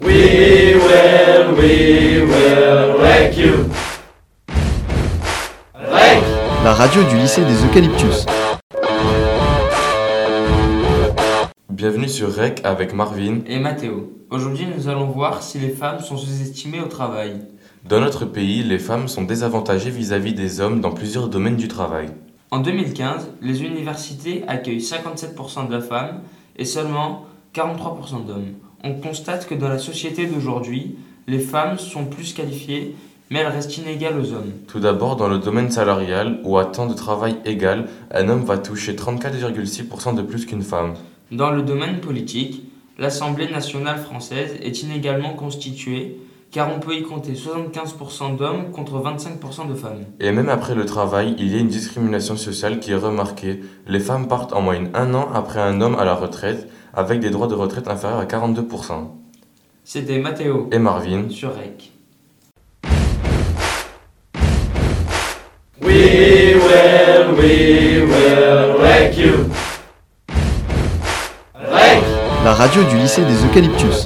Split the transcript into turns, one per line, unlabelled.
We will, we will wreck you. Wreck.
La radio du lycée des Eucalyptus.
Bienvenue sur REC avec Marvin.
et Mathéo. Aujourd'hui, nous allons voir si les femmes sont sous-estimées au travail.
Dans notre pays, les femmes sont désavantagées vis-à-vis des hommes dans plusieurs domaines du travail.
En 2015, les universités accueillent 57% de femmes et seulement 43% d'hommes. On constate que dans la société d'aujourd'hui, les femmes sont plus qualifiées, mais elles restent inégales aux hommes.
Tout d'abord, dans le domaine salarial, où à temps de travail égal, un homme va toucher 34,6% de plus qu'une femme.
Dans le domaine politique, l'Assemblée nationale française est inégalement constituée, car on peut y compter 75% d'hommes contre 25% de femmes.
Et même après le travail, il y a une discrimination sociale qui est remarquée. Les femmes partent en moyenne un an après un homme à la retraite, avec des droits de retraite inférieurs à 42%.
C'était Mathéo
Et Marvin
sur REC.
We will, we will wreck you. Wreck.
La radio du lycée des Eucalyptus.